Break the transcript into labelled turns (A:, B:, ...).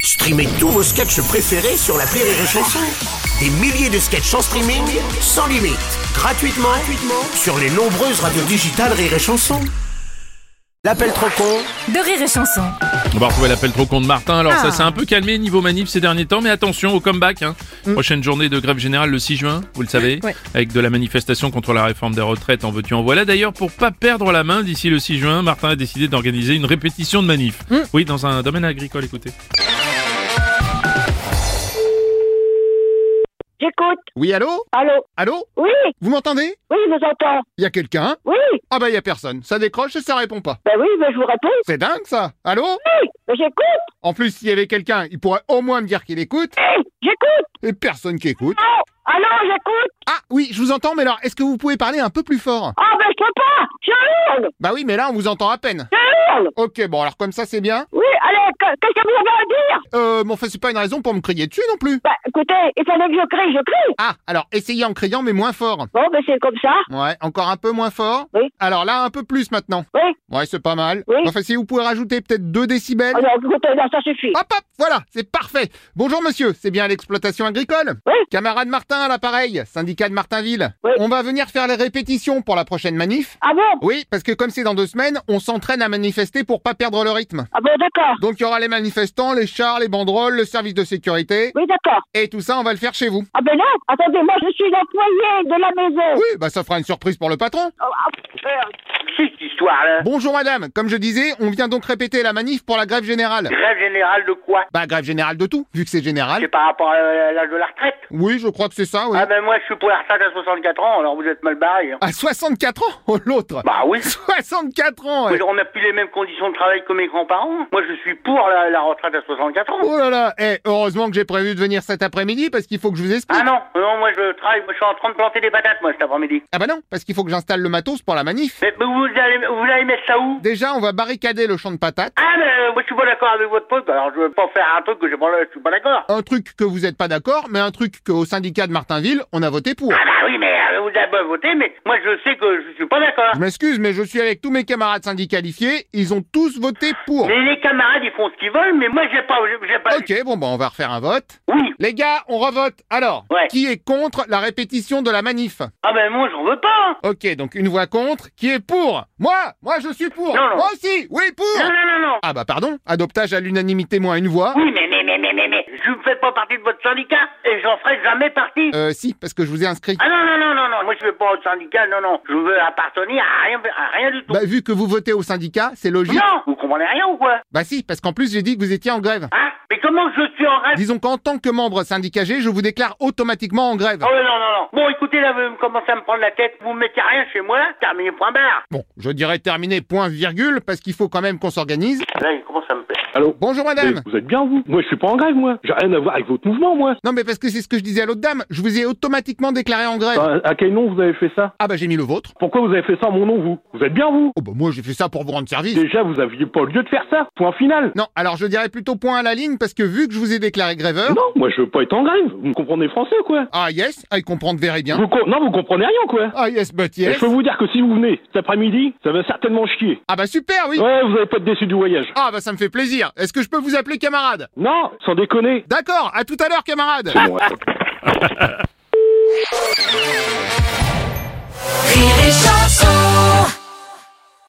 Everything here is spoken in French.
A: Streamez tous vos sketchs préférés sur la Rire et Chanson. Des milliers de sketchs en streaming, sans limite, gratuitement, gratuitement sur les nombreuses radios digitales Rire et Chanson. L'appel trop con
B: de rire et chanson.
C: On va retrouver l'appel trop con de Martin. Alors
B: Ah.
C: ça s'est un peu calmé niveau manif ces derniers temps, mais attention au comeback. hein. Prochaine journée de grève générale le 6 juin, vous le savez,
B: Mm. Ouais.
C: avec de la manifestation contre la réforme des retraites. En veux-tu, en voilà. D'ailleurs, pour pas perdre la main d'ici le 6 juin, Martin a décidé d'organiser une répétition de manif.
B: Mm.
C: Oui, dans un domaine agricole, écoutez.
D: J'écoute.
E: Oui, allô
D: Allô
E: Allô
D: Oui,
E: Vous m'entendez
D: oui, je vous entends.
E: Y a quelqu'un
D: Oui,
E: Ah bah y a personne. Ça décroche et ça répond pas.
D: ben oui, mais je vous réponds.
E: C'est dingue ça Allô
D: Oui, mais j'écoute.
E: En plus, s'il y avait quelqu'un, il pourrait au moins me dire qu'il écoute.
D: Oui, j'écoute.
E: Et personne qui écoute.
D: Non, ah non, j'écoute.
E: Ah oui, je vous entends, mais alors, est-ce que vous pouvez parler un peu plus fort
D: Ah ben je peux pas. Je hurle.
E: Bah oui, mais là, on vous entend à peine.
D: Je hurle.
E: Ok, bon, alors comme ça, c'est bien.
D: Oui, allez, que- qu'est-ce que vous avez à dire
E: Euh, mais enfin, c'est pas une raison pour me crier dessus non plus.
D: Ben écoutez, il fallait que je crie, je crie.
E: Ah, alors, essayez en criant, mais moins fort.
D: Bon, ben c'est comme ça.
E: Ouais, encore un peu moins fort.
D: Oui.
E: Alors là, un peu plus maintenant.
D: Oui.
E: Ouais, c'est pas mal.
D: Oui.
E: Enfin, si vous pouvez rajouter peut-être 2 décibels.
D: Ah non, écoutez, non, ça suffit.
E: Hop hop, voilà, c'est parfait. Bonjour monsieur, c'est bien l'exploitation agricole
D: Oui.
E: Camarade Martin à l'appareil, syndicat de Martinville.
D: Oui.
E: On va venir faire les répétitions pour la prochaine manif.
D: Ah bon
E: Oui, parce que comme c'est dans deux semaines, on s'entraîne à manifester pour pas perdre le rythme.
D: Ah bon, d'accord.
E: Donc il y aura les manifestants, les chars, les banderoles, le service de sécurité,
D: Oui, d'accord.
E: et tout ça on va le faire chez vous.
D: Ah ben non, attendez, moi je suis l'employé de la maison.
E: Oui, bah ça fera une surprise pour le patron.
D: Oh, ah, merde.
F: C'est cette histoire-là
E: Bonjour madame, comme je disais, on vient donc répéter la manif pour la grève générale.
F: Grève générale de quoi
E: Bah grève générale de tout, vu que c'est
F: C'est
E: général.
F: par rapport à l'âge de la retraite
E: Oui, je crois que c'est ça, oui. Ah.
F: Ah ben moi je suis pour la retraite à 64 ans, alors vous êtes mal barré. hein.
E: À 64 ans, oh l'autre
F: Bah oui
E: 64 ans ouais.
F: Mais on n'a plus les mêmes conditions de travail que mes grands-parents. Moi je suis pour la, la retraite à 64 ans.
E: Oh là là, eh, heureusement que j'ai prévu de venir cet après-midi parce qu'il faut que je vous explique.
F: Ah non, non, moi je travaille, moi je suis en train de planter des patates moi cet après-midi.
E: Ah bah non, parce qu'il faut que j'installe le matos pour la manif.
F: Mais, mais vous, allez, vous allez mettre ça où
E: Déjà, on va barricader le champ de patates.
F: Ah mais euh, moi je suis pas d'accord avec votre pote, alors je veux pas faire un truc que je, pas- je suis pas d'accord.
E: Un truc que vous n'êtes pas d'accord, mais un truc qu'au syndicat de Martinville, on a voté pour.
F: Ah bah oui mais euh, vous avez pas voté, mais moi je sais que je suis pas d'accord.
E: Je m'excuse, mais je suis avec tous mes camarades syndicalifiés, ils ont tous voté pour.
F: Mais les camarades ils font ce qu'ils veulent, mais moi j'ai pas... J'ai pas...
E: Ok, bon bah on va refaire un vote.
F: Oui,
E: Les gars, on revote. Alors,
F: Ouais.
E: qui est contre la répétition de la manif
F: ah ben moi j'en veux pas hein.
E: Ok, donc une voix contre, qui est pour Moi Moi je suis pour
F: Non, non.
E: Moi aussi Oui, pour
F: Non, non, non, non.
E: Ah bah pardon, adoptage à l'unanimité moins une voix.
F: Oui, mais, mais, mais, mais, mais, mais, je ne fais pas partie de votre syndicat et j'en ferai jamais partie.
E: Euh, si, parce que je vous ai inscrit.
F: Ah non, non, non, non, non, moi je ne veux pas au syndicat, non, non. Je veux appartenir à rien, à rien du tout.
E: Bah, vu que vous votez au syndicat, c'est logique.
F: non, vous comprenez rien ou quoi
E: Bah si, parce qu'en plus, j'ai dit que vous étiez en grève.
F: Hein Mais comment je suis en rêve
E: Disons qu'en tant que membre syndicagé, je vous déclare automatiquement en grève.
F: Oh
G: Ah.
F: non, non, non. Bon, écoutez, là, vous commencez à me prendre la tête. Vous me mettez rien chez moi, terminé point barre.
E: Bon, je dirais terminé point virgule, parce qu'il faut quand même qu'on s'organise.
F: Là, il commence à me plaire.
G: Allô
E: Bonjour madame
G: Mais Vous êtes bien, vous Moi, je suis pas en grève, moi. J'ai rien à voir avec votre mouvement, moi.
E: Non mais parce que c'est ce que je disais à l'autre dame, je vous ai automatiquement déclaré en grève.
G: Enfin, à quel nom vous avez fait ça
E: Ah bah j'ai mis le vôtre.
G: Pourquoi vous avez fait ça en mon nom, vous Vous êtes bien, vous
E: Oh bah moi j'ai fait ça pour vous rendre service.
G: Déjà, vous aviez pas lieu de faire ça. Point final.
E: Non, alors je dirais plutôt point à la ligne, parce que vu que je vous ai déclaré grèveur...
G: Non, moi, je veux pas être en grève. Vous me comprenez français, quoi
E: Ah yes, à y comprendre very bien.
G: vous com- Non, vous comprenez rien, quoi.
E: Ah yes, but
G: Et
E: yes.
G: je peux vous dire que si vous venez cet après-midi, ça va certainement chier.
E: Ah bah super, oui
G: Ouais, vous allez pas être déçu du voyage.
E: Ah bah ça me fait plaisir. Est-ce que je peux vous appeler camarade
G: Non, sans déconner.
E: D'accord, à tout à l'heure camarade
G: C'est bon, ouais.
B: Rire et chanson.